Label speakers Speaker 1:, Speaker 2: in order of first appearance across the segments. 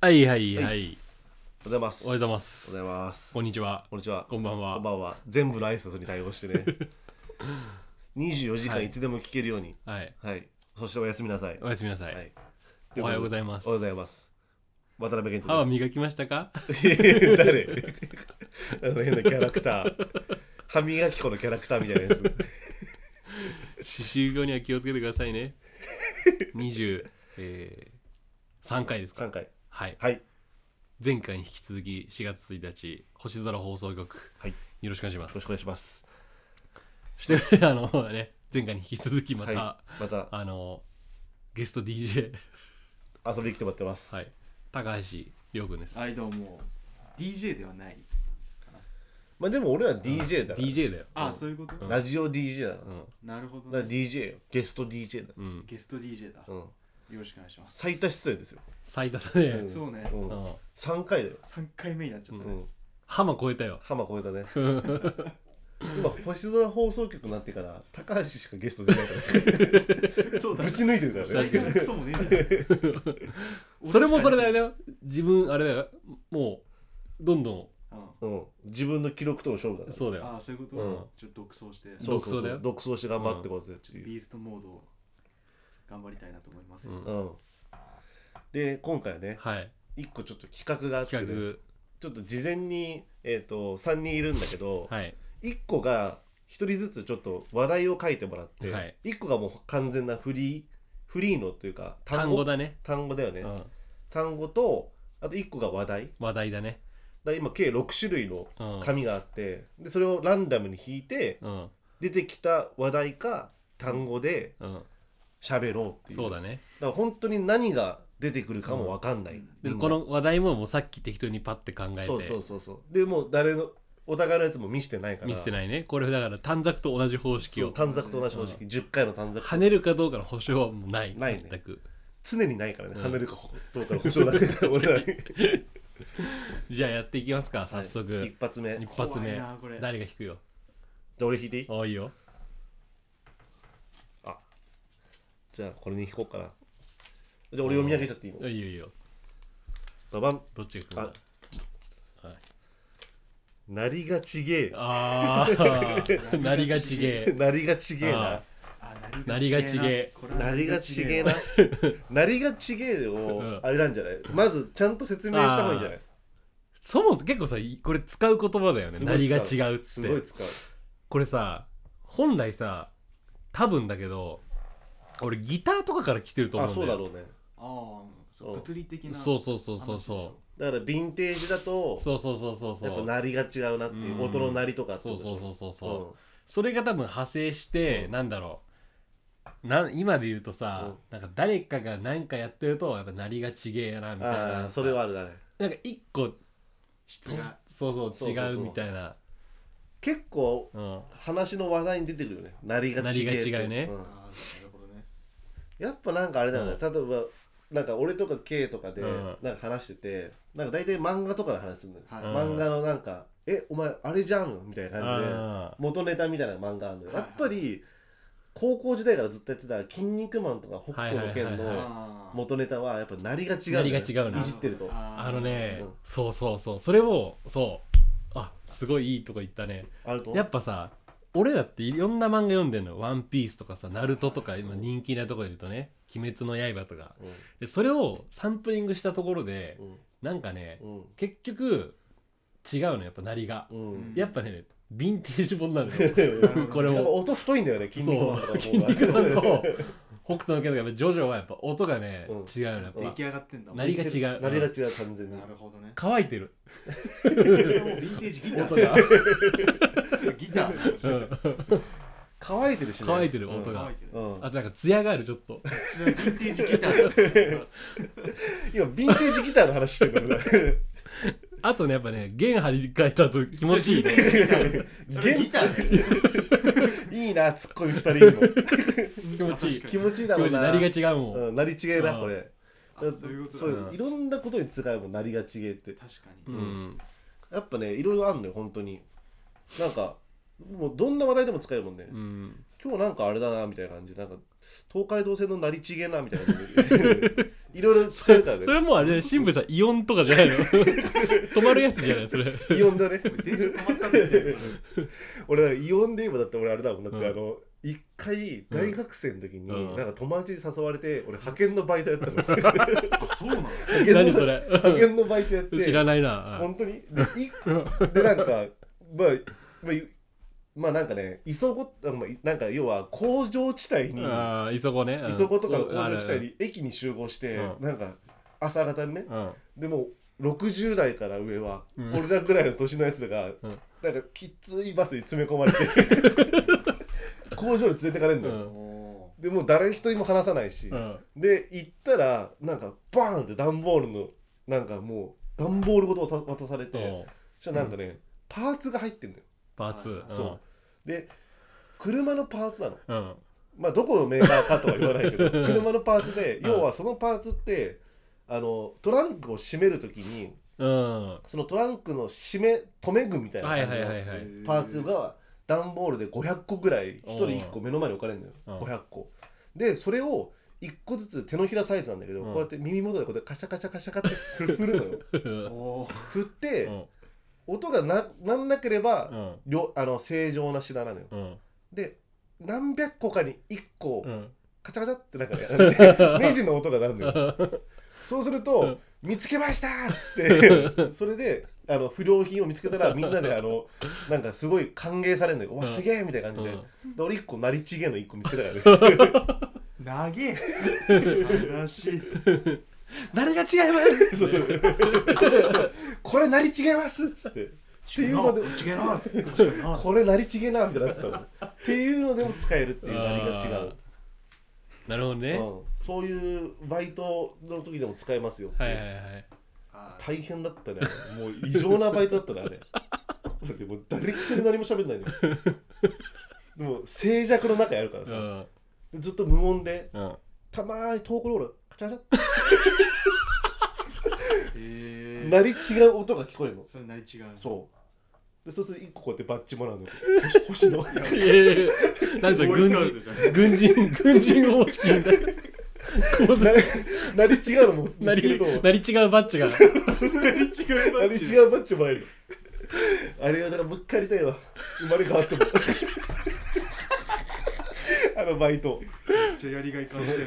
Speaker 1: はいはいはい。
Speaker 2: おはようございます。
Speaker 1: おはようございます
Speaker 2: おはようございます。
Speaker 1: こんにちは。
Speaker 2: こんにちは。
Speaker 1: こんばんは
Speaker 2: こんばんは。全部の挨拶に対応し てね。24時間いつでも聞けるように。
Speaker 1: はい。
Speaker 2: はい。そしておやすみなさい。
Speaker 1: おやすみなさい。
Speaker 2: はい
Speaker 1: おはようございます
Speaker 2: おはようございます。渡辺
Speaker 1: 歯は
Speaker 2: 謙
Speaker 1: 磨きましたか
Speaker 2: 人 です。誰 あの変なキャラクター。歯磨き粉のキャラクターみたいなやつ。
Speaker 1: 歯周病には気をつけてください ね。23、えー3回ですか。
Speaker 2: 3回。
Speaker 1: はい。
Speaker 2: はい。
Speaker 1: 前回に引き続き4月1日、星空放送局、
Speaker 2: はい。よ
Speaker 1: よろしくお願いしま
Speaker 2: ろ
Speaker 1: す
Speaker 2: しくお。願いします。
Speaker 1: そして、あ の、ね、前回に引き続きまた、
Speaker 2: はい。また
Speaker 1: あの、ゲスト DJ、
Speaker 2: 遊びに来てもらってます。
Speaker 1: はい、高橋亮君です。
Speaker 3: はいどうも DJ ではない
Speaker 2: まあでも俺は DJ だから。
Speaker 1: DJ だよ。
Speaker 3: あそういうこと、
Speaker 1: うん
Speaker 2: ラジオ DJ だか
Speaker 1: うん。
Speaker 3: なるほど、
Speaker 2: ら。だから
Speaker 3: ね、
Speaker 2: DJ よ。ゲスト DJ だ。
Speaker 1: うん。
Speaker 3: ゲスト DJ だ、
Speaker 2: うん。
Speaker 3: よろしくお願いします
Speaker 2: 最多出演ですよ。
Speaker 1: 最多だね。
Speaker 3: そうね、
Speaker 2: う
Speaker 1: うんん。
Speaker 2: 3回だよ、
Speaker 3: 三3回目になっちゃった
Speaker 2: う
Speaker 3: ね、
Speaker 2: ん、
Speaker 1: ハマ超えたよ。
Speaker 2: 浜超えたね 今星空放送局になってから高橋しかゲスト出ないか ら
Speaker 3: そうだ
Speaker 2: ぶち抜いてるから
Speaker 3: 最
Speaker 2: ね
Speaker 3: 近のクソもねえじゃん
Speaker 1: それもそれだよね自分あれだよもうどんど
Speaker 3: う
Speaker 2: う
Speaker 3: ん
Speaker 2: ん、自分の記録との勝負だか
Speaker 1: ん
Speaker 2: ら
Speaker 1: そうだよ
Speaker 3: あそういうこと、
Speaker 2: うん
Speaker 3: ちょっと独走して
Speaker 1: そう独走だよ
Speaker 2: 独走して頑張ってこうぜっていう、
Speaker 3: ビーストモードを頑張りたいなと思います、
Speaker 1: うん
Speaker 2: うんで今回はね
Speaker 1: はい
Speaker 2: 一個ちょっと企画があってね、
Speaker 1: 企
Speaker 2: ちょっと事前に、えー、と3人いるんだけど、
Speaker 1: 画はい
Speaker 2: 一1個が1人ずつちょっと話題を書いてもらって、
Speaker 1: はい
Speaker 2: 一1個がもう完全なフリーフリーのというか
Speaker 1: 単語だね
Speaker 2: 単語だよね、
Speaker 1: うん
Speaker 2: 単語とあと1個が話題だか
Speaker 1: 話題だね
Speaker 2: ら今計6種類の
Speaker 1: うん
Speaker 2: 紙があって、でそれをランダムに引いて
Speaker 1: うん
Speaker 2: 出てきた話題か単語で
Speaker 1: うん
Speaker 2: 喋ろうっていう
Speaker 1: そうだね
Speaker 2: だから本当に何が出てくるかも分かんない、
Speaker 3: うん
Speaker 1: で
Speaker 2: みんな
Speaker 1: この話題ももうさっき適当にパッて考え
Speaker 2: そうそう
Speaker 1: て
Speaker 2: そうそうでもう誰のお互いのやつも見せてないから
Speaker 1: 見せてないねこれだから短冊と同じ方式
Speaker 2: そう
Speaker 1: を
Speaker 2: 短冊と同じ方式、10回の短冊
Speaker 1: 跳ねるかどうかの保証はもうない
Speaker 2: ないね
Speaker 1: 全く
Speaker 2: 常にないからね跳ねるかどうかの保証だけだ俺らに
Speaker 1: じゃあやっていき ますか早
Speaker 2: はい
Speaker 1: 速
Speaker 2: 一発目じ
Speaker 1: 一
Speaker 2: ゃ
Speaker 1: 発
Speaker 3: 怖
Speaker 1: 目
Speaker 3: いなこれ
Speaker 1: 誰が弾くよ
Speaker 2: あ俺引いていい
Speaker 1: あいいよ
Speaker 2: じゃあこれに引こうかなじゃあ俺読み上げちゃっていいの
Speaker 1: あいいよいいよ
Speaker 2: ババン
Speaker 1: どっちが来るんだ
Speaker 2: なりがちげ
Speaker 1: あ あなりがちげえ
Speaker 2: えなりがちげえ
Speaker 1: あ
Speaker 2: な
Speaker 3: あ
Speaker 1: なりがちげえ
Speaker 3: これは
Speaker 2: なりがちげえ
Speaker 3: な
Speaker 2: ななりがちげえ
Speaker 1: うん
Speaker 2: をあれなんじゃないまずちゃんと説明した方がいいんじゃない
Speaker 1: そもそも結構さいこれ使う言葉だよね
Speaker 2: す
Speaker 1: な
Speaker 2: ごい
Speaker 1: り
Speaker 2: 使
Speaker 1: が違うっ
Speaker 2: すごい
Speaker 1: て
Speaker 2: 使う
Speaker 1: これさ本来さ多分だけど俺ギターとかから来てると
Speaker 2: あ
Speaker 1: 思う
Speaker 2: そ
Speaker 1: ん
Speaker 2: う
Speaker 1: だ
Speaker 2: だ
Speaker 1: よ
Speaker 2: ろうね
Speaker 3: ああそう
Speaker 2: うん
Speaker 3: 物理的な
Speaker 1: そうそうそうそうそう
Speaker 3: 話でしょ
Speaker 2: だからヴィンテージだと
Speaker 1: そうそうそうそうそ
Speaker 2: やっぱ
Speaker 1: う
Speaker 2: なりが違うなっていううん音のなりとかって
Speaker 1: そ
Speaker 2: こ
Speaker 1: う
Speaker 2: と
Speaker 1: そう
Speaker 2: でし
Speaker 1: そ
Speaker 2: ょ
Speaker 1: うそう
Speaker 2: う
Speaker 1: そうそれが多分派生して
Speaker 2: うん
Speaker 1: なんだろうなん今で言うとさ
Speaker 2: う
Speaker 1: なんか誰かが何かやってるとやっぱなりがちげえなみ
Speaker 2: ん
Speaker 1: たい
Speaker 2: あ
Speaker 1: な
Speaker 2: あそれはあるだね
Speaker 1: なんか一個
Speaker 3: 質が
Speaker 1: そうそ
Speaker 2: そ
Speaker 1: う
Speaker 2: そううそう
Speaker 1: 違うみたいな
Speaker 2: 結構
Speaker 1: うん
Speaker 2: 話の話題に出てくるよねなりがちげえっ
Speaker 1: なり
Speaker 2: て
Speaker 1: が違うね
Speaker 2: ん
Speaker 3: ああなるほどね
Speaker 2: やっぱなんかあれだよね例えばなんか俺とか K とかで
Speaker 1: うん
Speaker 2: なんか話しててなんか大体漫画とかの話するのよ
Speaker 3: はい
Speaker 2: 漫画のなんか「えお前あれじゃん」みたいな感じで
Speaker 1: あ
Speaker 2: 元ネタみたいな漫画あるのよ
Speaker 3: は
Speaker 2: や
Speaker 3: いはい
Speaker 2: っぱり高校時代からずっとやってた「筋肉マン」とか「北斗の
Speaker 1: はい
Speaker 2: 拳」
Speaker 1: はいはい
Speaker 2: の
Speaker 3: ああ
Speaker 2: 元ネタはやっぱなりが違う
Speaker 1: な
Speaker 2: の
Speaker 1: りが
Speaker 2: よ
Speaker 1: 違うない
Speaker 2: じってると
Speaker 1: あのね、
Speaker 2: うん
Speaker 1: そうそうそうそれをそうあすごいいいとこ言ったね
Speaker 2: あると思
Speaker 1: や
Speaker 2: う
Speaker 1: っぱさ俺だっていろんな漫画読んでんの「ワンピースとかさ「ナルトとか今人気なとこで言うとね「鬼滅の刃」とかでそれをサンプリングしたところで
Speaker 2: うん
Speaker 1: なんかね
Speaker 2: うん
Speaker 1: 結局違うのやっぱなりが
Speaker 2: うんうん
Speaker 1: やっぱねヴィンテージ本なのよ これ
Speaker 2: やっぱ
Speaker 1: も
Speaker 2: 音太いんだよね筋肉マンとか
Speaker 1: そう「
Speaker 2: の
Speaker 1: 筋肉
Speaker 2: 方が
Speaker 1: マ ン」と「北斗の拳」とかやっぱジョジョはやっぱ音がね、
Speaker 2: うん
Speaker 1: 違うのやっ
Speaker 2: うん
Speaker 3: 出
Speaker 1: ぱ
Speaker 3: 来上がってんだもん
Speaker 1: なりが違う
Speaker 2: なりが違う完全に
Speaker 3: なるほどね
Speaker 1: 乾いてる
Speaker 3: それもうヴィンテージギタ
Speaker 1: 音
Speaker 3: ー
Speaker 1: が
Speaker 3: ギター
Speaker 1: うん
Speaker 2: 乾いてるしね
Speaker 1: 乾いてる
Speaker 2: うん
Speaker 1: 音が
Speaker 3: 乾いてる
Speaker 2: うん
Speaker 1: あとなんか艶があるちょっと
Speaker 3: それはヴィンテージギターだ
Speaker 2: 今ヴィンテージギターの話してるからね
Speaker 1: あとねやっぱね弦張り替えた後気持ちいいね
Speaker 3: それギターだよ
Speaker 2: いいなツッコミ2人にも
Speaker 1: 気持ちいい
Speaker 3: 確か
Speaker 2: 気持ちいい
Speaker 1: 気
Speaker 2: だろ
Speaker 1: 持
Speaker 2: う
Speaker 1: ちいい
Speaker 2: な
Speaker 1: なりが違うもん、
Speaker 2: うんなり違え
Speaker 1: う
Speaker 2: なんこれ
Speaker 3: あそういうことだ
Speaker 2: そう
Speaker 1: う
Speaker 2: い
Speaker 1: ん
Speaker 2: ういろんなことに使うもんなりがちげえって
Speaker 3: 確か
Speaker 1: う
Speaker 3: に
Speaker 1: ん
Speaker 2: やっぱねいろいろあんのよ本当になんかもうどんな話題でも使えるもんね、
Speaker 1: うん
Speaker 2: 今日なんかあれだなみたいな感じなんか東海道線のなりちげなみたいな いろいろ使えたね
Speaker 1: それもうあれ神父さんイオンとかじゃないの 止まるやつじゃないそれ
Speaker 2: イオンだね
Speaker 3: 電車止まったんだよ
Speaker 2: 俺だからイオンで言えばだって俺あれだもんだって、
Speaker 1: うん
Speaker 2: あの一回大学生の時に、
Speaker 1: うん
Speaker 2: なんか友達に誘われて俺派遣のバイトやったの
Speaker 3: あそうなの
Speaker 2: 派遣の
Speaker 1: 何それ
Speaker 2: 派遣のバイトやって
Speaker 1: 知らないな
Speaker 2: 本当にでいでなんかまあまあいまあなんかね磯子あまあいなんか要は工場地帯に
Speaker 1: ああ磯子ね
Speaker 2: 磯子とかの工場地帯
Speaker 1: に
Speaker 2: に駅に集合して、
Speaker 1: う
Speaker 2: なんか朝方にね
Speaker 1: うん
Speaker 2: でも60代から上は、
Speaker 1: うん
Speaker 2: 俺らぐらいの年のやつらが、
Speaker 1: ん
Speaker 2: なんかきついバスに詰め込まれて 工場に連れてかれるんだよ、
Speaker 1: うん
Speaker 3: お
Speaker 2: でもう誰一人も話さないし、
Speaker 1: うん
Speaker 2: で行ったらなんかバーンって段ボールのなんかもう段ボールごと渡さ渡されて、
Speaker 1: おう
Speaker 2: そしたらなんかね、パーツが入ってんだよ
Speaker 1: パーツ
Speaker 2: そうで車のパーツなの
Speaker 1: うんうん
Speaker 2: まあどこのメーカーかとは言わな いけど車のパーツで
Speaker 1: うん
Speaker 2: 要はそのパーツってあのトランクを閉めるときに
Speaker 1: うんは
Speaker 2: そのトランクの締め止め具みたい
Speaker 1: い
Speaker 2: な
Speaker 1: はいは
Speaker 2: 感じ
Speaker 1: い
Speaker 2: の
Speaker 1: はい
Speaker 3: ー
Speaker 2: パーツが段ボールで500個ぐらい1人
Speaker 1: おー
Speaker 2: 1個目の前に置かれるのよ
Speaker 1: うん
Speaker 2: 500個でそれを1個ずつ手のひらサイズなんだけど
Speaker 1: うん
Speaker 2: こうやって耳元でこうやってカシャカシャカシャカって振る振るの よ
Speaker 3: おー
Speaker 2: 振って
Speaker 1: うん
Speaker 2: 音がななんなければ
Speaker 1: うん
Speaker 2: りょあの正常な品なのよ
Speaker 1: うん
Speaker 2: で何百個かに1個
Speaker 1: うん
Speaker 2: カチャカチャってなんかね ネジの音が鳴るのよそうする
Speaker 1: う
Speaker 2: と
Speaker 1: ん
Speaker 2: 「見つけました!」っつってそれであの不良品を見つけたらみんなであのなんかすごい歓迎されるのよ「うわ
Speaker 1: うん
Speaker 2: すげえ!」みたいな
Speaker 1: う
Speaker 2: 感じで,、
Speaker 1: ん
Speaker 2: で俺1個なりちげえの1個見つけた からね
Speaker 3: 長え話
Speaker 1: 誰が違います
Speaker 2: そうそうこれなりちげえますっつって
Speaker 3: 違うな
Speaker 2: っていう
Speaker 3: 違うなって言ってましたよな
Speaker 2: これなりちげえなみたいになってたのっていうのでも使えるっていうなりが違う、
Speaker 1: なるほどね
Speaker 2: うん、そういうバイトの時でも使えますよっていう
Speaker 1: はいはいはい
Speaker 3: あ
Speaker 2: 大変だったねもう異常なバイトだったねあれだってもう誰一人何も喋んないのよでも静寂の中やるから
Speaker 1: う
Speaker 2: さ、
Speaker 1: ん
Speaker 2: ずっと無音で
Speaker 1: うん
Speaker 2: たまーにトークロールカチャカチャ
Speaker 3: へえ
Speaker 2: 鳴り違う音が聞こえるの
Speaker 3: それなり違う
Speaker 2: そうでそうすると1個こうやってバッジもら うのよ星星の
Speaker 1: いやいやいや何それ
Speaker 3: ボーイ
Speaker 1: 軍
Speaker 3: スカウト
Speaker 1: 人
Speaker 3: じゃ ん
Speaker 1: 軍人軍人方式みたいな構図
Speaker 2: 鳴り違うのも見
Speaker 1: な
Speaker 2: つけ
Speaker 1: り
Speaker 2: ると
Speaker 1: なり違うバッ ジが
Speaker 3: なり違う
Speaker 2: 鳴
Speaker 3: な
Speaker 2: り
Speaker 3: り
Speaker 2: 違うバッジもらえるあれはだからもう一回やりたいわ生まれ変わ ってもあのバイト
Speaker 3: めっちゃやりがい
Speaker 2: す
Speaker 3: 感
Speaker 2: ん
Speaker 3: じ
Speaker 2: ご
Speaker 3: て
Speaker 2: い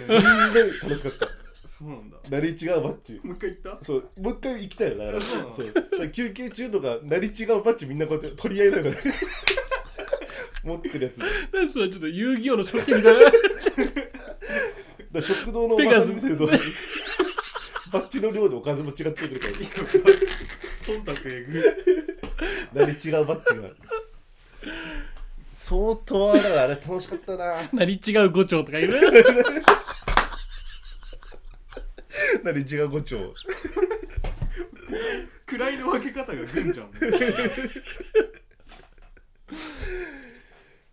Speaker 3: る
Speaker 2: 楽しかった
Speaker 3: そうなんだ
Speaker 2: なり違うバッジ
Speaker 3: もう一回言った
Speaker 2: そうもう一回行きたいよだから
Speaker 3: そうなの
Speaker 2: そうだから休憩中とかなり違うバッジみんなこうやって取り合いながら 持ってるやつだか
Speaker 1: 何それちょっと遊戯王の初期みたいな
Speaker 2: ら食堂のおばさん見せるとバッジの量でおかずも違ってく るか
Speaker 3: 忖度えぐ
Speaker 2: らなり違うバッジが相当だからあれ楽しかったな
Speaker 1: なり違う五丁とか言う
Speaker 2: なり違うご丁
Speaker 3: 位の分け方が軍じゃん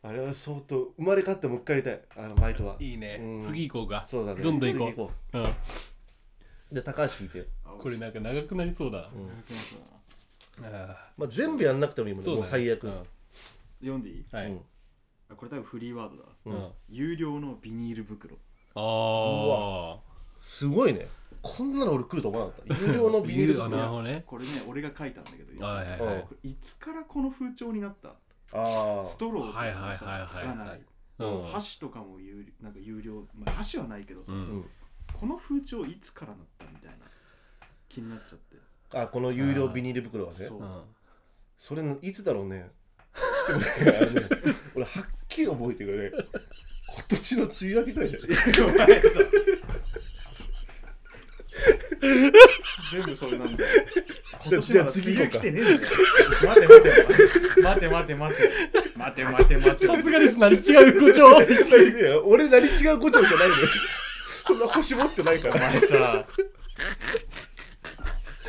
Speaker 2: あれは相当生まれ変わってもう一回やりたいあのバイ トはい
Speaker 1: いね
Speaker 2: うん
Speaker 1: 次行こうか
Speaker 2: そうだね
Speaker 1: どんどん行こう
Speaker 2: 次
Speaker 1: うん
Speaker 2: うで高橋引いてよ
Speaker 1: これなんか長くなりそうだあ
Speaker 2: まあ、全部やんなくてもいいも
Speaker 1: ー
Speaker 2: んね
Speaker 1: そうだね
Speaker 2: もう最悪、
Speaker 1: うん
Speaker 3: 読んでいい
Speaker 1: はい
Speaker 3: あこれ多分フリーワードだ
Speaker 2: うん
Speaker 1: うん
Speaker 3: 有料のビニール袋
Speaker 1: あ
Speaker 2: すごいねこんなの俺来ると思わなかった有料の
Speaker 1: あ
Speaker 2: ビニー ル
Speaker 1: あ
Speaker 2: 袋
Speaker 1: なる
Speaker 2: あ
Speaker 1: ほどね
Speaker 3: これね俺が書いたんだけど一応
Speaker 1: はいはいは
Speaker 2: うん
Speaker 1: い
Speaker 3: これいつからこの風潮になった
Speaker 2: あ
Speaker 3: ストローとかも
Speaker 1: はいはいはいはいは
Speaker 3: さ
Speaker 1: い
Speaker 3: つかない
Speaker 1: うん
Speaker 3: 箸とかも有なんか有料、まあ、箸はないけどさ、
Speaker 1: うん
Speaker 2: うん
Speaker 3: この風潮いつからなったみたいな気になっちゃって
Speaker 2: あこの有料ビニール袋はね
Speaker 3: そう
Speaker 2: そ
Speaker 1: うん
Speaker 2: れいつだろうねでもねあのね 俺はっきり覚えてるからね今年の梅雨明けくらいじゃない
Speaker 3: お前さ全部それなんだよ今年
Speaker 2: じゃあ
Speaker 3: まだ
Speaker 2: 次
Speaker 3: 梅
Speaker 2: 行こう
Speaker 3: 雨来
Speaker 2: か
Speaker 3: てねえんだよ待て待て待て待て待て待て待て
Speaker 1: さ
Speaker 3: 待て
Speaker 1: すがですなり違う五丁
Speaker 2: いやいや俺何違うごちゃごちゃないのよそんな星持ってないから
Speaker 3: お前さ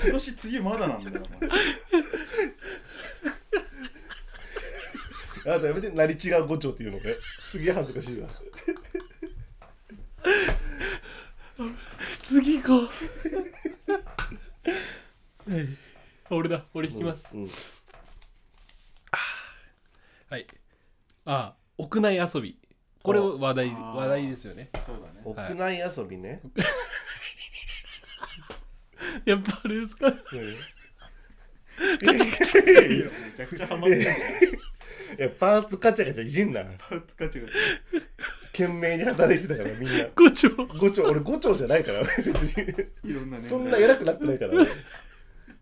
Speaker 3: 今年梅雨まだなんだよお前
Speaker 2: あなたやめて何違うごちゃっていうのねすげえ恥ずかしいわ
Speaker 1: 次行こ うはい俺だ俺引きます
Speaker 2: うん
Speaker 1: はいああ屋内遊びこれ話題
Speaker 3: あー
Speaker 1: 話題ですよね
Speaker 3: そうだね。
Speaker 2: 屋内遊びね、
Speaker 1: やっぱあれですか
Speaker 2: うん
Speaker 3: めちゃくちゃハマってんじゃん。
Speaker 2: いやパーツカチャカチャいじんな
Speaker 3: パーツカチが。
Speaker 2: 懸命に働いてたからみんな
Speaker 1: 校長
Speaker 2: 五丁俺五丁じゃないから別に
Speaker 3: いろんなね。
Speaker 2: そんな偉くなってないから俺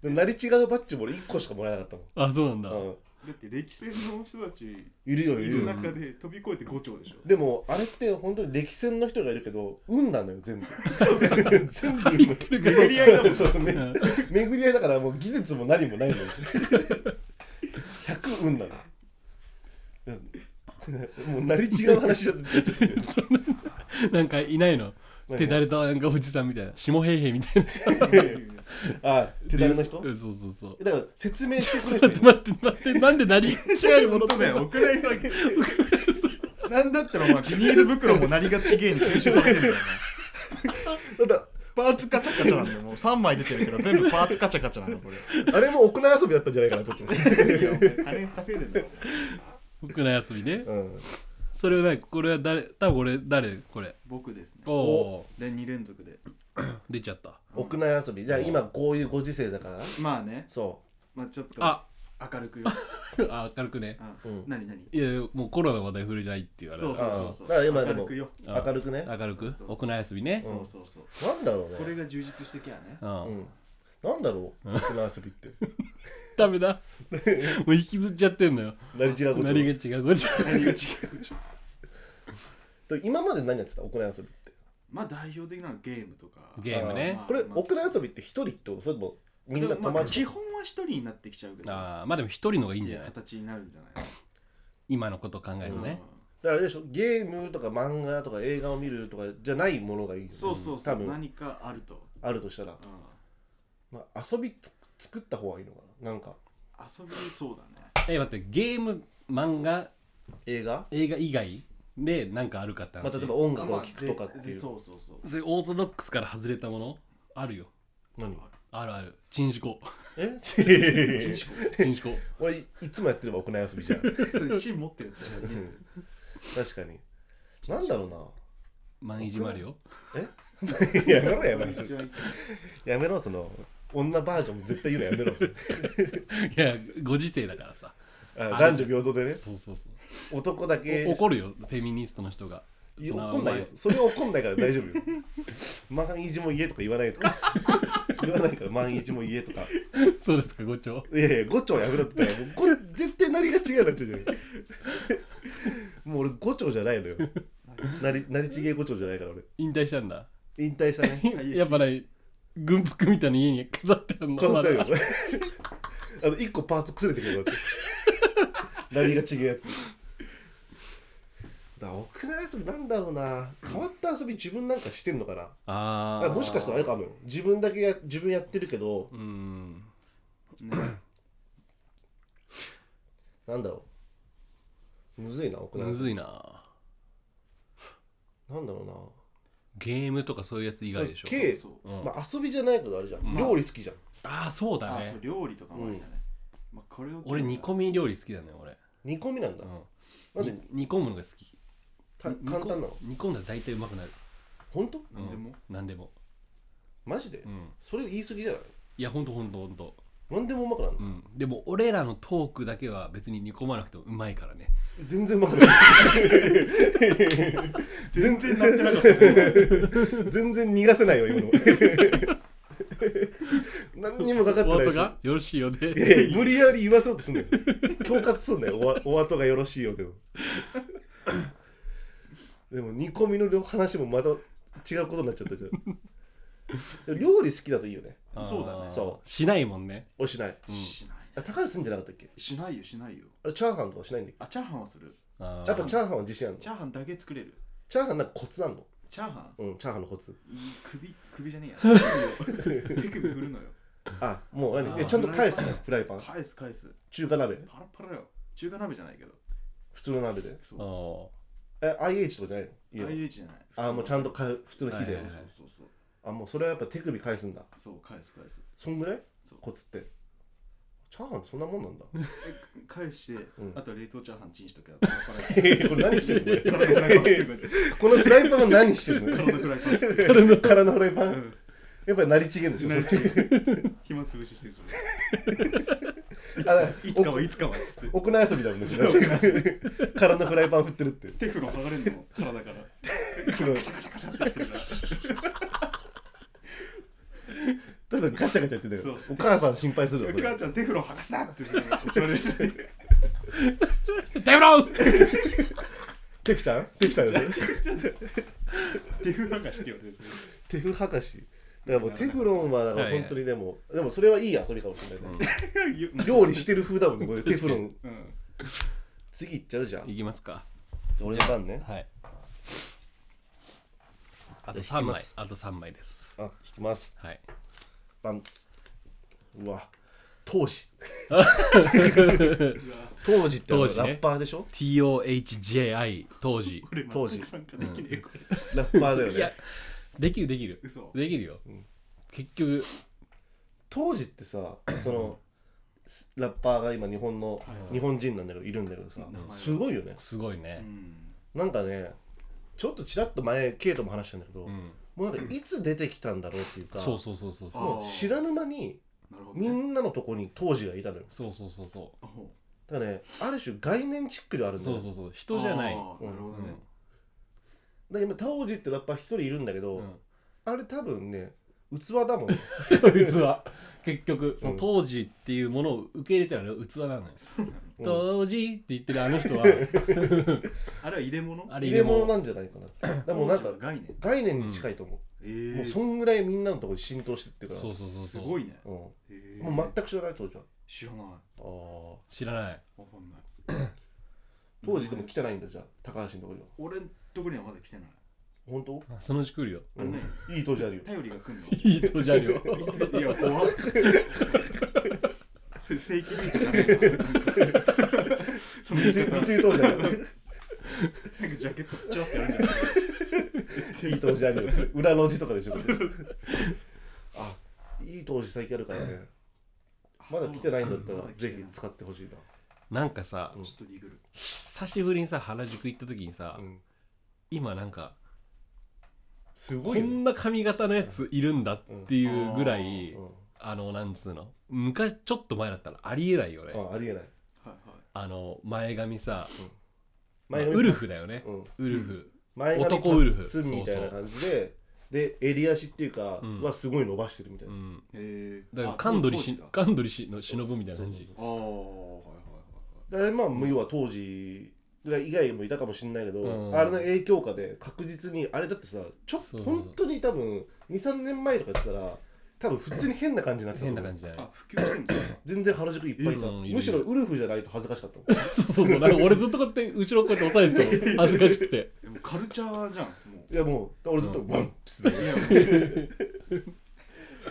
Speaker 2: でなり違うバッジも俺1個しかもらえなかったもん
Speaker 1: あそうなんだ、
Speaker 2: うん
Speaker 3: だって歴戦の人たち
Speaker 2: いるよい
Speaker 3: い
Speaker 2: るよ
Speaker 3: る中で飛び越えて5丁でしょ。
Speaker 2: でもあれって本当に歴戦の人がいるけど運なのよ全部全部運
Speaker 1: 言ってるけど
Speaker 2: 巡り合いだもんそう
Speaker 1: う
Speaker 2: ね
Speaker 1: ん
Speaker 2: 巡り合いだからもう技術も何もないのよ100運なのうんもうなり違う話だって
Speaker 1: なんかいないの
Speaker 2: 何
Speaker 1: 手だれたなんかおじさんみ たいな下平平みたいな
Speaker 2: あ手だれの人
Speaker 1: うんそうそうそう
Speaker 2: だから説明してくれ
Speaker 1: 待 っ
Speaker 2: る
Speaker 1: て
Speaker 2: 人いる
Speaker 1: 待って待ってなんで何違うも
Speaker 3: 本
Speaker 1: の
Speaker 3: 当だよ、屋内詐欺。なんだったらお前、ビニール袋も何がちげえに吸収されてるんだよね。
Speaker 2: ただ
Speaker 3: パーツカチャカチャなんだよ。もう3枚出てるけど、全部パーツカチャカチャなんだよ、これ。
Speaker 2: あれも屋内遊びだったんじゃないかなと思って
Speaker 3: いや、お前金稼いでんだよ。
Speaker 1: 僕の遊びね
Speaker 2: うん
Speaker 1: それは何これは誰多分これ誰これ
Speaker 3: 僕ですね。
Speaker 1: おお
Speaker 3: で、2連続で。
Speaker 1: ー出ちゃった
Speaker 2: 屋内遊びじゃあ今こういうご時世だから
Speaker 3: まあね、
Speaker 2: そ
Speaker 3: まあちょっと
Speaker 1: あ
Speaker 3: 明るくよ。
Speaker 1: あ明るくね
Speaker 3: あ
Speaker 2: うん
Speaker 3: 何何
Speaker 1: いやもうコロナの話題触れないって言われた
Speaker 3: そう
Speaker 2: う
Speaker 3: そうそう
Speaker 2: だから今で
Speaker 3: 明る
Speaker 2: も
Speaker 3: くよ
Speaker 1: あ
Speaker 2: 明るくね
Speaker 1: 明るく
Speaker 3: そうそう
Speaker 1: 屋内遊びね
Speaker 3: そうそうそう。
Speaker 2: なんだろうね
Speaker 3: これが充実してきゃね
Speaker 1: う。
Speaker 2: うんんなんだろう屋内遊びって
Speaker 1: ダメだもう引きずっちゃってんのよ
Speaker 2: なり違うこ
Speaker 1: 何
Speaker 2: と
Speaker 1: が違うこっち
Speaker 3: 何が違う
Speaker 2: で今まで何やってた屋内遊びって
Speaker 3: まあ代表的なのはゲームとか。
Speaker 1: ゲームね
Speaker 2: これ
Speaker 3: まあまあ
Speaker 2: 屋内遊びって一人ってことそれともみんな
Speaker 3: でも
Speaker 2: た
Speaker 3: ま
Speaker 2: ま
Speaker 3: あ基
Speaker 2: に
Speaker 3: 本は一人になってきちゃうけど。
Speaker 1: ああまあでも一人のがいいん
Speaker 3: って
Speaker 1: じ
Speaker 3: い
Speaker 1: ゃ
Speaker 3: う
Speaker 1: ない
Speaker 3: 形になるんじゃない
Speaker 1: 今のこと考えるとね
Speaker 2: だからあれでしょゲームとか漫画とか映画を見るとかじゃないものがいいよね
Speaker 3: そうそうそ
Speaker 2: 多
Speaker 3: う。
Speaker 2: 分
Speaker 3: 何かあると。
Speaker 2: あるとしたら
Speaker 3: うん
Speaker 2: まあ遊びつ作った方がいいのかななんか
Speaker 3: 遊びそうだね。
Speaker 1: え待ってゲーム漫画
Speaker 2: 映画
Speaker 1: 映画以外で何かあるかって話
Speaker 2: まあ例えば音楽を聴くとかってい
Speaker 3: あ
Speaker 2: う
Speaker 3: そうそうそう。
Speaker 1: それオーソドックスから外れたものあるよ
Speaker 2: 何
Speaker 1: あるあるチンジ コ
Speaker 2: え
Speaker 3: チンシコ
Speaker 1: チンジコ
Speaker 2: 俺いつもやってれば屋内遊びじゃん確
Speaker 3: それチン持ってるやつじゃん
Speaker 2: かになんだろうな
Speaker 1: 万一マリオ
Speaker 2: え やめろやめろ
Speaker 3: それ一番いい
Speaker 2: やめろその女バージョン絶対言うのやめろ
Speaker 1: いやご時世だからさ
Speaker 2: あ男女平等でね
Speaker 1: そうそうそう
Speaker 2: 男だけ
Speaker 1: お怒るよフェミニストの人が
Speaker 2: いや
Speaker 1: その
Speaker 2: 怒んないよそれは怒んないから大丈夫よ万一も言えとか言わないとか言わないから万一も言えとかい
Speaker 1: お前そうですかご長
Speaker 2: やいや5丁やめろって言ったらもうこれ絶対なりが違うなっちゃうじゃんもう俺5丁じゃないのよなり なりちげえ5丁じゃないから俺
Speaker 1: 引退したんだ
Speaker 2: 引退したね
Speaker 3: い
Speaker 1: やっぱね軍服みたいな家に飾ってあるの
Speaker 2: 飾ってあるよ
Speaker 1: まだ
Speaker 2: あの1個パーツ崩れてく るからってなりが違えやつだから屋内遊びなんだろうな変わった遊び自分なんかしてんのかな
Speaker 1: あ
Speaker 2: あ
Speaker 1: あ
Speaker 2: もしかしたらあれかもよ自分だけや自分やってるけど
Speaker 1: うん
Speaker 3: ね
Speaker 2: なんだろうむずいな奥田
Speaker 1: むずいな
Speaker 2: なんだろ
Speaker 1: ゲームとかそういうやつ以
Speaker 2: うな
Speaker 1: 外でしょ
Speaker 2: 計
Speaker 3: そうそう
Speaker 1: うん
Speaker 2: まあ遊びじゃないけどあれじゃん、
Speaker 1: ん
Speaker 2: 料理好きじゃん
Speaker 1: ああそうだ
Speaker 3: あ
Speaker 1: ね
Speaker 3: そう料理とかもありだね。まあこれを
Speaker 1: 俺煮込み料理好きだね俺、
Speaker 2: 煮込みなんだ、
Speaker 1: うん、
Speaker 2: なんで
Speaker 1: に煮込むのが好き
Speaker 2: た
Speaker 1: 煮込
Speaker 2: 簡単なの
Speaker 1: 煮込んだら大体うまくなる
Speaker 2: 本当
Speaker 3: み。なんでも。
Speaker 1: 何でも
Speaker 2: マジで、
Speaker 1: うん
Speaker 2: それ言い過ぎじゃない
Speaker 1: いやほんとほんとほんと
Speaker 2: なんでもうまくなるの
Speaker 1: う、んでも俺らのトークだけは別に煮込まなくてもうまいからね
Speaker 2: 全然うまくない
Speaker 3: 全然なってなかった。
Speaker 2: 全然逃がせないよ今の 何にもかかって
Speaker 1: お
Speaker 2: ない
Speaker 1: 後
Speaker 2: し
Speaker 1: がよろしいよね
Speaker 2: いやいや無理やり言わそうとすんだよ恐喝すんだよおわお後がよろしいよでもでも煮込みの話もまた違うことになっちゃったじゃん料理好きだといいよね
Speaker 1: あー
Speaker 3: そうだね
Speaker 2: そ
Speaker 1: しないもんね
Speaker 2: 俺しない
Speaker 3: しないね
Speaker 2: あ高橋すんじゃなかったっけ
Speaker 3: しないよしないよ。
Speaker 2: あれチャーハンとかしないんだっ
Speaker 3: あチャーハンはする。
Speaker 1: あ
Speaker 2: けやっぱ
Speaker 1: ー
Speaker 2: チャーハンは自信あるの
Speaker 3: チャーハンだけ作れる。
Speaker 2: チャーハンなんかコツなの
Speaker 3: チャーハン
Speaker 2: うんチャーハンのコツ
Speaker 3: 首首じゃねえや。手首を手首振るのよ。
Speaker 2: あもう何
Speaker 1: あー
Speaker 2: えちゃんと返すねフライパン
Speaker 3: 返す返す。
Speaker 2: 中華鍋
Speaker 3: パラパラよ。中華鍋じゃないけど。
Speaker 2: 普通の鍋で
Speaker 1: あ
Speaker 3: そう。
Speaker 1: ー
Speaker 2: え IH とかじゃないの家は
Speaker 3: IH じゃない。
Speaker 2: あもうちゃんとか普通の火
Speaker 1: はい
Speaker 2: で
Speaker 1: はいはい
Speaker 3: そうそうそう
Speaker 2: あもうそれはやっぱ手首返すんだ
Speaker 3: そう。そう返す返す。
Speaker 2: そんぐらい
Speaker 3: そう
Speaker 2: コツってチャーハンってそんなもんなんだ
Speaker 3: 返して、
Speaker 2: ん
Speaker 3: あとは冷凍チャーハンチンしとけ
Speaker 2: これ何してるのこ
Speaker 3: 体のフライパン作る
Speaker 2: れこのフライパンは何してるの
Speaker 3: 体のフライパン作る
Speaker 2: 殻の殻のフライパ
Speaker 3: う
Speaker 2: ン
Speaker 3: ん
Speaker 2: やっぱりなりちげんでしょ
Speaker 3: なりちげん暇つぶししてるから
Speaker 2: あ
Speaker 3: いつかはいつかはいつかはっつって
Speaker 2: 屋内遊びだもんねそれ殻のフライパン振ってるって
Speaker 3: テフロン剥がれんの体からカシャカシャカシャってやってるから
Speaker 2: ただガチャガチャやってた
Speaker 3: そ
Speaker 2: よ
Speaker 3: う
Speaker 2: お母さん心配するわそ
Speaker 3: お
Speaker 2: れ
Speaker 3: 母ちゃんテフロン剥がすなって 怒られるし
Speaker 1: テフロン
Speaker 2: テフちゃんテフちゃんよね
Speaker 3: テフ剥がしって言われる
Speaker 2: テフ博士だからもうテフロンはだから本当にでもでもそれはいい遊びかもしれないね料理してる風だもんねこれテフロン
Speaker 3: うん
Speaker 2: 次いっちゃうじゃん
Speaker 1: いきますか
Speaker 2: 俺の番ね
Speaker 1: はいあと
Speaker 2: じゃ
Speaker 1: 3
Speaker 2: あ引きま
Speaker 1: 枚
Speaker 2: す
Speaker 1: あと3枚です
Speaker 2: あ引きます
Speaker 1: はい
Speaker 2: 番うわ当時当時ってあ
Speaker 1: 当
Speaker 2: の
Speaker 1: 時ね
Speaker 2: ラッパーでしょ
Speaker 1: TOHJI 当時
Speaker 3: これ
Speaker 2: 当時
Speaker 3: 参加できねえこれ
Speaker 2: ラッパーだよ
Speaker 1: いや
Speaker 2: ね
Speaker 1: できるできる
Speaker 3: 嘘
Speaker 1: できるよ、結局
Speaker 2: 当時ってさそのラッパーが今日本の日本人なんだけどいるんだけどさ
Speaker 3: 名前は
Speaker 2: すごいよね
Speaker 1: すごいね
Speaker 3: うん
Speaker 2: なんかねちょっとちらっと前ケイトも話したんだけど、
Speaker 1: うん、
Speaker 2: もうなんかいつ出てきたんだろうっていうか、
Speaker 1: そうそうそうそう
Speaker 3: あ
Speaker 1: そう
Speaker 2: もう知らぬ間に
Speaker 3: なるほど
Speaker 2: み
Speaker 3: ね
Speaker 2: んなのとこに当時がいたのよ
Speaker 1: そうそうそうそ
Speaker 3: あほ
Speaker 2: だからねある種概念チックではあ
Speaker 1: う
Speaker 2: るんだ
Speaker 1: そ
Speaker 2: よ
Speaker 1: うそうそう
Speaker 3: う
Speaker 1: 人じゃない
Speaker 3: あーなるほどね
Speaker 2: だから今当時ってラッパー一人いるんだけど、
Speaker 1: うん うん
Speaker 2: あれ多分ね器だもん
Speaker 1: 器結局その
Speaker 2: うん
Speaker 1: 当時っていうものを受け入れたら器なのよ
Speaker 3: そうなの
Speaker 2: うん
Speaker 1: 当時って言ってるあの 人は
Speaker 3: あれは入れ物
Speaker 1: あれ入
Speaker 2: 入れ
Speaker 1: れ
Speaker 2: 物
Speaker 1: 物
Speaker 2: なんじゃないかなってだ からもうなんか
Speaker 3: 当時の概念
Speaker 2: 概念に近いと思
Speaker 3: え
Speaker 2: う、
Speaker 3: ー
Speaker 2: もうそんぐらいみんなのとこに浸透してってるから
Speaker 1: そうそうそう
Speaker 3: す
Speaker 1: そう
Speaker 3: ごいね
Speaker 2: うん
Speaker 3: えー
Speaker 2: もう全く知らない当時は
Speaker 3: 知らない
Speaker 2: あ
Speaker 1: 知らない
Speaker 3: わかんない
Speaker 2: 当時でも来てないんだじゃあ高橋のとこには
Speaker 3: 俺んとこにはまだ来てない
Speaker 2: 本当
Speaker 1: あそのうち来るよ
Speaker 3: あれね
Speaker 2: いい当時あるよ
Speaker 3: 頼りが来んの
Speaker 1: いい人じゃるよ
Speaker 3: いや怖っ
Speaker 2: 三井当時あるよ
Speaker 3: それ正規ビートじゃないのなんかその言い方なんかジャケットちょってやるんじゃない
Speaker 2: いい当時あるよそれ裏路地とかでしょこれあいい当時最近あるからねまだ来てないんだったらぜひ
Speaker 3: っ
Speaker 2: 使ってほしいな
Speaker 1: なんかさ
Speaker 3: ちょっとディグル
Speaker 1: 久しぶりにさ原宿行った時にさ、
Speaker 2: うん
Speaker 1: 今なんか
Speaker 2: すご
Speaker 1: こ
Speaker 2: いよね
Speaker 1: んな髪型のやついるんだっていうぐらい、
Speaker 2: うん
Speaker 1: あのなんつうの昔ちょっと前だったらありえないよね、
Speaker 2: あありえない
Speaker 3: はいはい
Speaker 1: あの前髪さ、まあ
Speaker 2: 前髪
Speaker 1: ウルフだよね、
Speaker 2: うん
Speaker 1: ウルフ、
Speaker 2: 前髪
Speaker 1: 男ウルフ
Speaker 2: ツンみたいな感じでで襟足っていうか
Speaker 1: うん
Speaker 2: はすごい伸ばしてるみたい
Speaker 1: うん
Speaker 2: な
Speaker 3: えー
Speaker 1: だか
Speaker 3: あ
Speaker 1: らカンドリ
Speaker 3: 当
Speaker 1: し
Speaker 3: 時だあ
Speaker 1: カンドリしの忍ぶみたいな感じ
Speaker 3: ーはいはいはい
Speaker 2: だからまあ要は当時以外もいたかもしれないけど、
Speaker 1: うん
Speaker 2: あれの影響下で確実にあれだってさちょっ
Speaker 1: そうそう
Speaker 2: 本当に多分23年前とかやってたら多分普通に変な感じになってた
Speaker 1: 変
Speaker 2: と思う
Speaker 1: な感じじゃない
Speaker 3: あ普及してんだ
Speaker 2: 全然原宿いっぱいいた、
Speaker 1: うんいるいる
Speaker 2: むしろウルフじゃないと恥ずかしかったもん
Speaker 1: そうそうそうなんか俺ずっとこうやって後ろこうやって押さえてたの 恥ずかしくて
Speaker 3: でもカルチャーじゃんも
Speaker 2: いやもう俺ずっとワンピースで、
Speaker 3: ういや も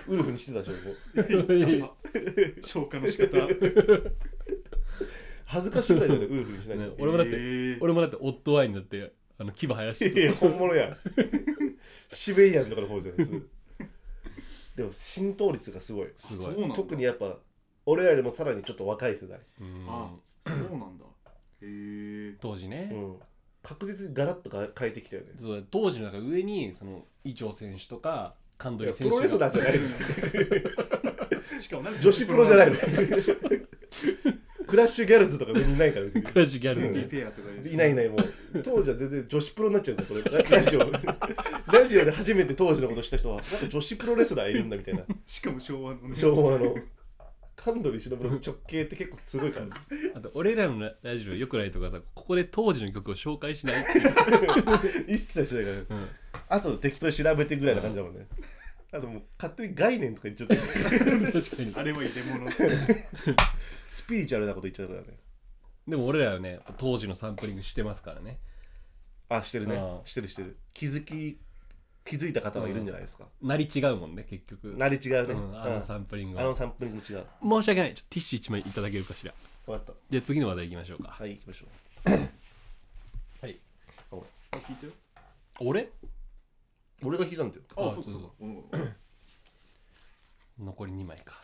Speaker 3: う
Speaker 2: ウルフにしてたでしょもう
Speaker 3: ダサ消化の仕方
Speaker 2: 恥ずかしいぐらい だよねウルフにしないと、
Speaker 1: ね俺もだって
Speaker 3: えー
Speaker 1: 俺もだってオットワインだってあの牙生やして
Speaker 2: いやいや本物やんシベリアンとかの方じゃん普通でも浸透率がすごい
Speaker 1: すごい
Speaker 3: そうなんだ
Speaker 2: 特にやっぱ俺らよりもさらにちょっと若い世代、
Speaker 1: うん
Speaker 3: あそうなんだへえ
Speaker 1: 当時
Speaker 2: う
Speaker 1: ね、
Speaker 2: ん、確実にガラッとか変えてきたよね
Speaker 1: そう当時のなんか上にその伊調選手とかカンド
Speaker 2: いや
Speaker 1: リ
Speaker 2: プ
Speaker 1: 選手
Speaker 2: ロレスラーじゃない
Speaker 3: しかもなんか
Speaker 2: 女子プロじゃないのクラッシュギャルズとか上にいないから別に
Speaker 1: クラシックギャルズ
Speaker 3: ティペアとかい
Speaker 2: いないいないもう当時は全然女子プロになっちゃうんだこれラジオラジオで初めて当時のことした人はなんか女子プロレスラーいるんだみたいな
Speaker 3: しかも昭和のね
Speaker 2: 昭和のカンドリー忍の直径って結構すごいから
Speaker 1: あと俺らのラジオよくないとかさここで当時の曲を紹介しないっていう、
Speaker 2: 一切しないから、
Speaker 1: うん
Speaker 2: あと適当に調べてぐらいな感じだもんね、あともう勝手に概念とか言っちゃって
Speaker 1: 確かに
Speaker 3: あれは入れ 物
Speaker 2: スピリチュアルなこと言っちゃうからね
Speaker 1: でも俺らはねやっぱ当時のサンプリングしてますからね
Speaker 2: あしてるね
Speaker 1: ああ
Speaker 2: してるしてる気づき気づいた方はいるんじゃないですか、
Speaker 1: なり違うもんね結局
Speaker 2: なり違うね、
Speaker 1: うん、あ
Speaker 2: う
Speaker 1: の
Speaker 2: ん
Speaker 1: サンプリング
Speaker 2: あの
Speaker 1: は
Speaker 2: 3分も違う
Speaker 1: 申し訳ないちょっとティッシュ1枚いただけるかしら
Speaker 2: 分かった
Speaker 1: じゃあ次の話題いきましょうか
Speaker 2: はい行きましょ
Speaker 1: はい
Speaker 2: うあ
Speaker 3: あ聞いたよ
Speaker 1: 俺
Speaker 2: 俺が聞いたんだよ
Speaker 3: あ
Speaker 1: あ
Speaker 3: そうか
Speaker 1: そう
Speaker 3: そ
Speaker 1: そう
Speaker 3: うかごめんごめん
Speaker 1: 残り2枚か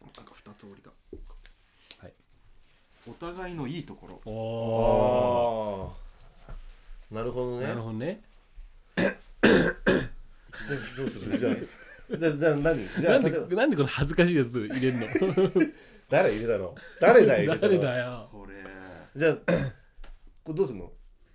Speaker 3: なんか二つ折りが
Speaker 1: はい
Speaker 3: お互いのいいところ
Speaker 1: お
Speaker 2: あ
Speaker 1: お
Speaker 2: ーなるほどね
Speaker 1: なるほどね
Speaker 2: どうするじゃあじゃあな何じゃ
Speaker 1: な
Speaker 2: あ
Speaker 1: ん
Speaker 2: 例えば
Speaker 1: でなんでこの恥ずかしいやつ入れんの
Speaker 2: 誰入れたの誰だよ入れたの
Speaker 1: 誰だよ
Speaker 3: これ
Speaker 2: じゃあこれどうすんの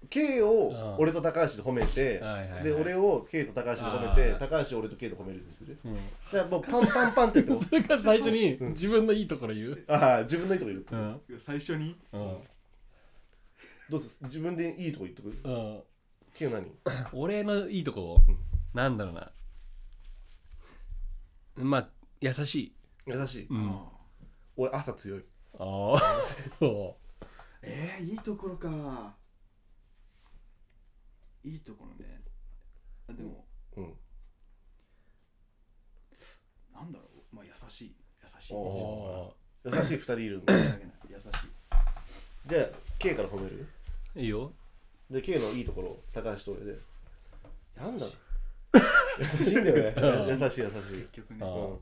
Speaker 2: K
Speaker 1: うん
Speaker 2: を俺と高橋で褒めて、
Speaker 1: はいはいはい
Speaker 2: で俺を K と高橋で褒め
Speaker 1: あ
Speaker 2: て
Speaker 1: ー
Speaker 2: 高橋を俺と K と褒めるようにする
Speaker 1: うん
Speaker 2: じゃあもうパンパンパンって言っても
Speaker 1: それから最初に自分のいいところ言う
Speaker 2: ああ自分のいいとこ言う
Speaker 1: うん
Speaker 3: 最初に
Speaker 1: うん
Speaker 2: どうする自分でいいとこ言っとく
Speaker 1: うん
Speaker 2: K 何
Speaker 1: 俺のいいとこ
Speaker 2: うん
Speaker 1: なんだろうなまあ優しい
Speaker 2: 優しい、
Speaker 1: うん
Speaker 3: あ
Speaker 2: 俺朝強い
Speaker 1: ああ そ
Speaker 3: ーえー、いいところかいいところねあでも、
Speaker 2: うん
Speaker 3: なんだろうまあ優しい優しい
Speaker 1: う
Speaker 2: お
Speaker 1: あ
Speaker 2: 優しい2人いるんだ
Speaker 3: 申し訳ない優しい
Speaker 2: じゃあ K から褒める
Speaker 1: あいいよ
Speaker 2: で K のいいところ高橋と 俺でなんだろ
Speaker 3: 優し
Speaker 2: 優し
Speaker 3: いう
Speaker 2: いんだよね
Speaker 1: う
Speaker 2: 優しい優しい
Speaker 3: 結、局
Speaker 1: あ
Speaker 3: ね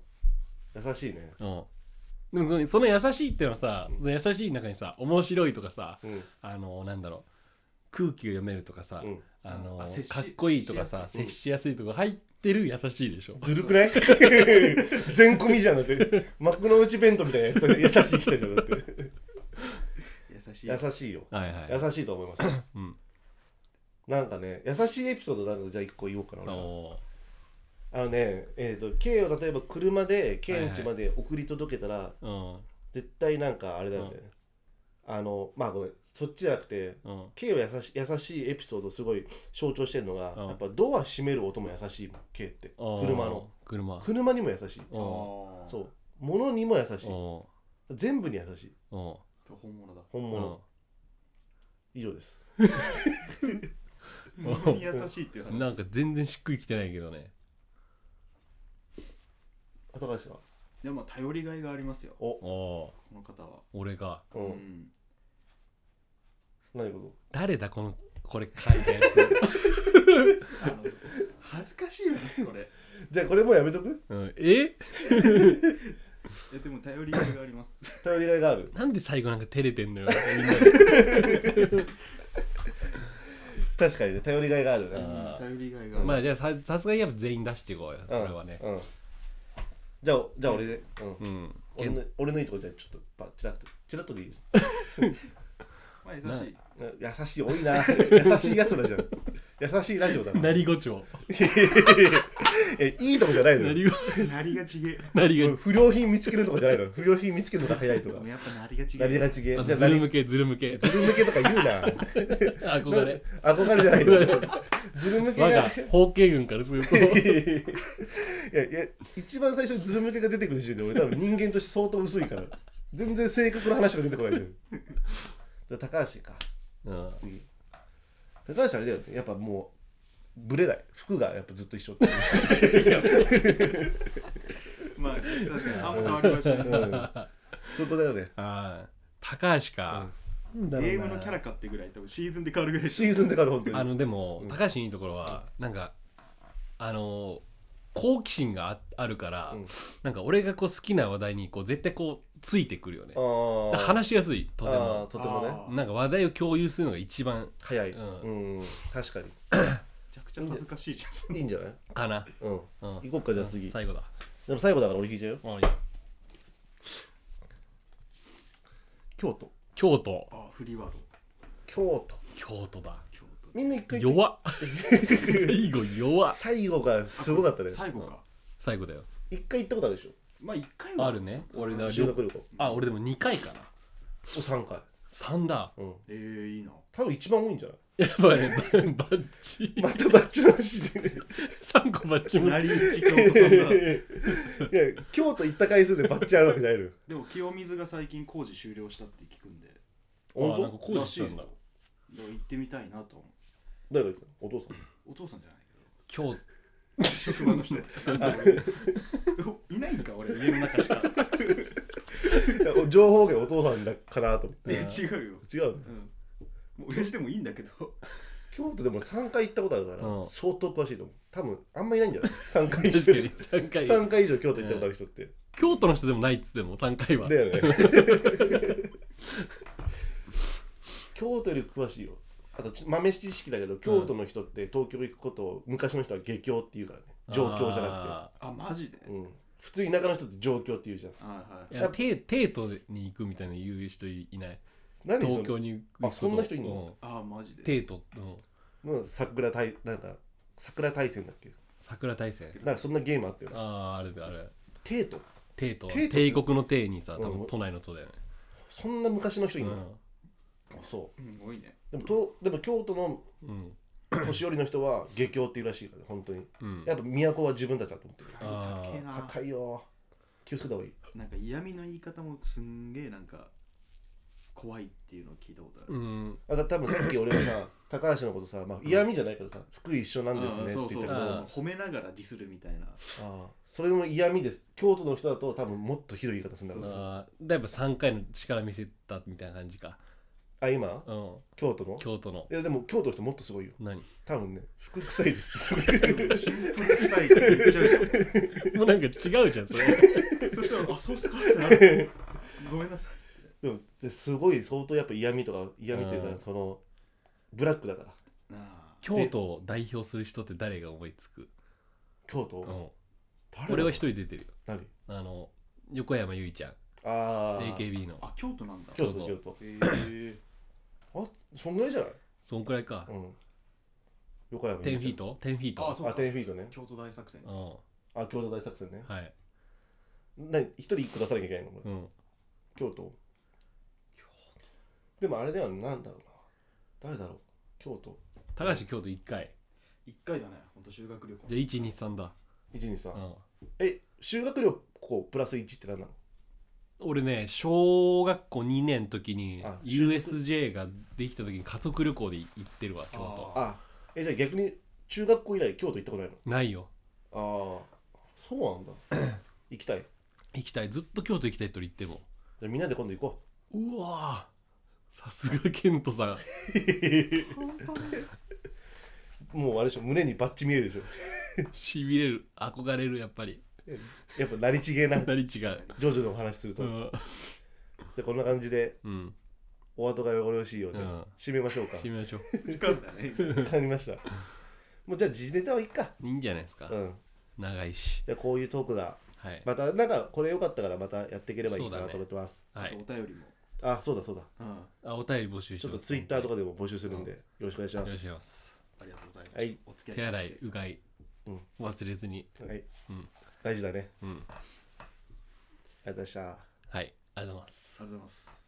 Speaker 2: うん、優しいね
Speaker 1: うんでもそのその優しいっていうのはさ、その優しい中にさ面白いとかさ、
Speaker 2: うん
Speaker 1: あのなんだろう空気を読めるとかさ、
Speaker 2: うん
Speaker 1: あの
Speaker 3: あ接し
Speaker 1: かっこいいとかさ接
Speaker 2: 接
Speaker 1: しやすいとか入ってる優しいでしょ、
Speaker 2: ずるくない 全込みじゃなくて幕の内弁当みたいなやつ優しい人じゃなくて
Speaker 3: 優しい
Speaker 2: 優しいよ
Speaker 1: はいはい
Speaker 2: 優しいと思い ますよ
Speaker 1: うん
Speaker 2: なんかね優しいエピソードなんかじゃあ一個言おうかな俺は
Speaker 1: お
Speaker 2: あのねえっ、と K を例えば車で
Speaker 1: はい
Speaker 2: K
Speaker 1: はい
Speaker 2: んちまで送り届けたら、
Speaker 1: ーうん
Speaker 2: 絶対なんかあれだよね、あのまあごめんそっちじゃなくて
Speaker 1: うん
Speaker 2: K を優し優しいエピソードをすごい象徴してるのが、
Speaker 1: うん
Speaker 2: やっぱドア閉める音も優しいもん K って
Speaker 1: おー
Speaker 2: 車の
Speaker 1: 車お
Speaker 2: 車にも優しい
Speaker 1: お
Speaker 2: そう物にも優し
Speaker 1: ー
Speaker 2: い
Speaker 1: お
Speaker 2: 全部に優しい
Speaker 1: ーお
Speaker 3: う本物だ
Speaker 2: 本
Speaker 1: ー
Speaker 2: 物、以上です
Speaker 1: お
Speaker 3: 物に優しいっていう
Speaker 1: うん
Speaker 3: 話
Speaker 1: なんか全然しっくりきてないけどね
Speaker 2: あ高橋は
Speaker 3: でも頼りがいがありますよこ
Speaker 1: おお
Speaker 3: の方は
Speaker 1: ー俺が
Speaker 2: うん、
Speaker 3: ん
Speaker 2: 何こ
Speaker 1: 誰だこのこれ書いたやつ、
Speaker 3: あの恥ずかしいよねこれ
Speaker 2: とじゃあこれもうやめとく
Speaker 1: うん、え
Speaker 3: えでも頼りがいがあります
Speaker 2: 頼りがいがある
Speaker 1: なんで最後なんか照れてんのよみんな
Speaker 2: 確かにね頼りがいがあるね
Speaker 1: うんあー
Speaker 3: 頼りがいがある、
Speaker 1: まあじゃあささすがにやっぱ全員出していこうよそれはね
Speaker 2: うんじゃあじゃあ俺で、うん
Speaker 1: うん
Speaker 2: 俺の俺のいいとこじゃあちょっとパチラッとチラッとでいい
Speaker 3: まあ優しい
Speaker 2: な優 しい多いな優しいやつらじゃん優しいラジオだな
Speaker 1: なりごちょ
Speaker 2: えいいとこじゃないの
Speaker 1: な
Speaker 2: よ
Speaker 1: りご
Speaker 3: なりがちげえ
Speaker 1: なり
Speaker 2: うん不良品見つけるとこじゃないの不良品見つけるのが早いと
Speaker 3: で
Speaker 2: か
Speaker 3: もやっぱなりがちげ
Speaker 2: な
Speaker 3: え
Speaker 2: りがちげ
Speaker 1: が
Speaker 2: ー
Speaker 1: ず
Speaker 2: じゃあな
Speaker 1: る
Speaker 2: り
Speaker 1: 向けずる向け
Speaker 2: ずる向けとか言う な
Speaker 1: 憧れ
Speaker 2: 憧れじ ゃないのずる向けが
Speaker 1: 我
Speaker 2: い
Speaker 1: が
Speaker 2: や
Speaker 1: 方形軍からすると
Speaker 2: いや一番最初にずる向けが出てくる時点で俺多分人間として相当薄いから全然性格の話が出てこないじゃんじゃあ高橋か
Speaker 1: うん
Speaker 2: 次高橋あれだよねやっぱもうブレない服がやっぱずっと一 緒っていう
Speaker 3: まあ確かにあんま変わりまし
Speaker 2: う
Speaker 3: たね
Speaker 2: んそこだよね。
Speaker 1: あー高橋かなんだ
Speaker 3: ゲ
Speaker 1: ろうな
Speaker 3: ームのキャラかってぐらい多分シーズンで変わるぐらい
Speaker 2: シーズンだから本当に。
Speaker 1: あのでも高橋のいいところはなんかあのー好奇心がああるから
Speaker 2: うん
Speaker 1: なんか俺がこう好きな話題にこう絶対こうついてくるよね
Speaker 2: あー
Speaker 1: 話しやすいとて
Speaker 2: あー
Speaker 1: も
Speaker 2: とてもね
Speaker 3: あー
Speaker 1: なんか話題を共有するのが一番
Speaker 2: 早い。
Speaker 1: う
Speaker 2: うん、確か
Speaker 3: めちゃくちゃ恥ずかしいじゃん
Speaker 2: に。いいんじゃない？
Speaker 1: かな
Speaker 2: うん。
Speaker 1: うん
Speaker 2: 行こっかじゃあ次。
Speaker 1: うん
Speaker 2: で
Speaker 1: 最後だ
Speaker 2: も最後だから俺聞いちゃうよ。
Speaker 1: もういい
Speaker 2: 京都。
Speaker 1: 京都
Speaker 3: あフリーワード
Speaker 2: 京都。
Speaker 1: 京都だ
Speaker 3: 京
Speaker 2: みんな一回。
Speaker 1: 弱っ最後弱っ
Speaker 2: 最後がすごかった
Speaker 3: 都
Speaker 2: ね。
Speaker 3: 最後か、
Speaker 1: 最後だよ
Speaker 2: 一回行ったことあるでし
Speaker 3: まあ一回は
Speaker 1: あるね俺だ
Speaker 2: ょ。
Speaker 1: よ
Speaker 2: 修学旅行。を
Speaker 1: あ俺でも2回かな
Speaker 2: 三回。
Speaker 1: 3だ
Speaker 2: うん。
Speaker 3: えー、いいな
Speaker 2: 多分一番多いんじゃない？
Speaker 1: やばいねバッチ
Speaker 2: またバッチの話で。
Speaker 1: 3個バッチも
Speaker 3: なりうち京都さんが
Speaker 2: いや京都行った回数でバッチあるわけじゃないのよ。
Speaker 3: でも清水が最近工事終了したって聞くんで
Speaker 1: あなんか
Speaker 2: 本
Speaker 1: 工事したんだ
Speaker 3: らしいぞだから行ってみたいなと思
Speaker 2: 当？誰が来たの？お父さん。
Speaker 3: うお父さんじゃないけど
Speaker 1: 京
Speaker 3: 職場の人いないんか俺家の中しか
Speaker 2: いや情報源お父さんだかなと思っ
Speaker 3: え違うよ、
Speaker 2: て。違うの。
Speaker 3: うん、もう親父でもいいんだけど
Speaker 2: 京都でも3回行ったことあるから、
Speaker 1: うん
Speaker 2: 相当詳しいと思う多分あんまいないんじゃない3回以
Speaker 1: 確
Speaker 2: 上
Speaker 1: かに3回
Speaker 2: 3回以上京都行ったことある人って、
Speaker 1: 京都の人でもないっつっても3回は
Speaker 2: だよ ね京都より詳しいよあとち豆知識だけど京都の人って東京行くことを昔の人は下京って言うからね上京じゃな
Speaker 1: く
Speaker 3: あマジで
Speaker 2: くて、うん、普通田舎の人って上京って言うじゃん
Speaker 3: はい
Speaker 1: いや帝帝都に行くみたいな言う人いない
Speaker 2: 何その
Speaker 1: 東京に行くこと
Speaker 2: あそんな人いんの
Speaker 1: う
Speaker 3: はいあマジで
Speaker 1: 帝都の
Speaker 2: もう桜大なんか桜大戦だっけ
Speaker 1: 桜大戦
Speaker 2: なんかそんなゲームあったよね
Speaker 1: あああれだあれ
Speaker 2: 帝都
Speaker 1: 帝都は
Speaker 2: 帝都
Speaker 1: 帝国の帝にさ多
Speaker 2: う
Speaker 1: 分
Speaker 2: ん
Speaker 1: 都内の都だよね
Speaker 2: そんな昔の人いんの、
Speaker 1: う
Speaker 2: そ
Speaker 3: うんすごいね
Speaker 2: うでもとでも京都の
Speaker 1: んうん
Speaker 2: 年寄りの人は下京っていうらしいから本当に
Speaker 1: うん
Speaker 2: やっぱ都は自分たちだと思ってる
Speaker 1: あー
Speaker 3: 高えな
Speaker 2: 高いよ気をつけた方がいい
Speaker 3: なんか嫌味の言い方もすんげえなんか怖いっていうのを聞いたことあ
Speaker 1: う
Speaker 3: る、
Speaker 1: ん
Speaker 2: あだ多分さっき俺がさ高橋のことさ、まあ、嫌味じゃないけどさ福井一緒なんですね
Speaker 3: あーそう
Speaker 2: って
Speaker 3: そ
Speaker 2: 言っ
Speaker 3: う
Speaker 2: て
Speaker 3: そう
Speaker 1: あ
Speaker 2: さ
Speaker 1: ー
Speaker 3: 褒めながらディスるみたいな
Speaker 2: あーそれも嫌味です京都の人だと多分もっとひどい言い方するんだろうな
Speaker 1: あーだいぶ3回の力見せたみたいな感じか
Speaker 2: あ今
Speaker 1: うん
Speaker 2: 京都の
Speaker 1: 京都の
Speaker 2: いやでも京都の人もっとすごいよ
Speaker 1: 何
Speaker 2: 多分ね服臭いですって
Speaker 3: シンプル臭いって言っちゃうじゃん
Speaker 1: もうなんか違うじゃんそ れ
Speaker 3: そしたら「あそうっすか?」ってなるごめんなさい
Speaker 2: でもですごい相当やっぱ嫌味とか嫌味という
Speaker 1: う
Speaker 2: か
Speaker 1: ん
Speaker 2: そのブラックだから
Speaker 3: なあ
Speaker 1: 京都を代表する人って誰が思いつく、
Speaker 2: 京
Speaker 1: う
Speaker 2: 都
Speaker 1: ん、
Speaker 2: 誰だ
Speaker 1: 俺は一人出てるよ
Speaker 2: 何
Speaker 1: あの横山由依ちゃん
Speaker 2: ああ
Speaker 1: AKB の
Speaker 3: あ京都なんだへ
Speaker 2: 京都京都
Speaker 3: え
Speaker 2: あそんぐらいじゃない
Speaker 1: そんくらいか
Speaker 2: うん横山
Speaker 1: 10フィート10フィー
Speaker 3: あ
Speaker 1: ト
Speaker 3: そう
Speaker 2: あ
Speaker 3: か
Speaker 2: 10フィートね
Speaker 3: 京都大作戦
Speaker 1: うん
Speaker 2: あ京都大作戦ね
Speaker 1: はい
Speaker 2: 何一人一個出さなきゃいけないのこれ
Speaker 1: うん
Speaker 2: 京都でもあれだよねなんだろうな誰だろう京都
Speaker 1: 高橋京都1回
Speaker 3: 一回だね本当修学旅行
Speaker 1: じゃあ123だ、
Speaker 2: 123、
Speaker 1: うん、
Speaker 2: え修学旅行プラス1って何なの
Speaker 1: 俺ね小学校2年の時に
Speaker 2: あ
Speaker 1: USJ ができた時に家族旅行で行ってるわ京
Speaker 3: あ
Speaker 1: 都
Speaker 2: あえじゃあ逆に中学校以来京都行ったことない
Speaker 1: ないよ
Speaker 2: のああそう なんだ行きたい
Speaker 1: 行きたいずっと京都行きたいって俺言っても
Speaker 2: じゃあみんなで今度行こ
Speaker 1: うわーさすが健人さん
Speaker 2: うもうあれでしょ胸にバッチ見えるでしょ
Speaker 1: しびれる憧れるやっぱり
Speaker 2: やっぱなりちげえな
Speaker 1: 何違う
Speaker 2: ジョジョのお話すると、
Speaker 1: うん、
Speaker 2: でこんな感じで
Speaker 1: うん、
Speaker 2: お後がよろしいようで、
Speaker 1: うん
Speaker 2: 締めましょうか
Speaker 1: 締めましょう
Speaker 3: 時間だね
Speaker 2: わかりましたもうじゃあ時事ネタはいっか
Speaker 1: いいんじゃないですか、
Speaker 2: うん
Speaker 1: 長いし
Speaker 2: じゃあこういうトークが
Speaker 1: はい、
Speaker 2: またなんかこれ良かったからまたやっていければいいかなと思ってます、
Speaker 3: あ
Speaker 1: は
Speaker 3: と
Speaker 1: い
Speaker 3: お、便りも
Speaker 2: あそうだそうだ
Speaker 3: うん
Speaker 1: あお便り募集し
Speaker 2: ち
Speaker 1: て
Speaker 2: ょっと
Speaker 1: ます
Speaker 2: ツイッターとかでも募集するんで、よろしくお願いし
Speaker 1: お
Speaker 2: ま
Speaker 1: 願い
Speaker 2: す
Speaker 1: します
Speaker 3: ありがとうございます
Speaker 2: はい
Speaker 3: お付き合
Speaker 1: 手
Speaker 3: いいた
Speaker 1: 洗
Speaker 3: だ
Speaker 1: い
Speaker 3: て
Speaker 1: うがい、
Speaker 2: うん
Speaker 1: 忘れずに
Speaker 2: はい、
Speaker 1: うん
Speaker 2: 大事だね
Speaker 1: うん
Speaker 2: ありがとうございました
Speaker 1: はいありがとうございます
Speaker 3: ありがとうございます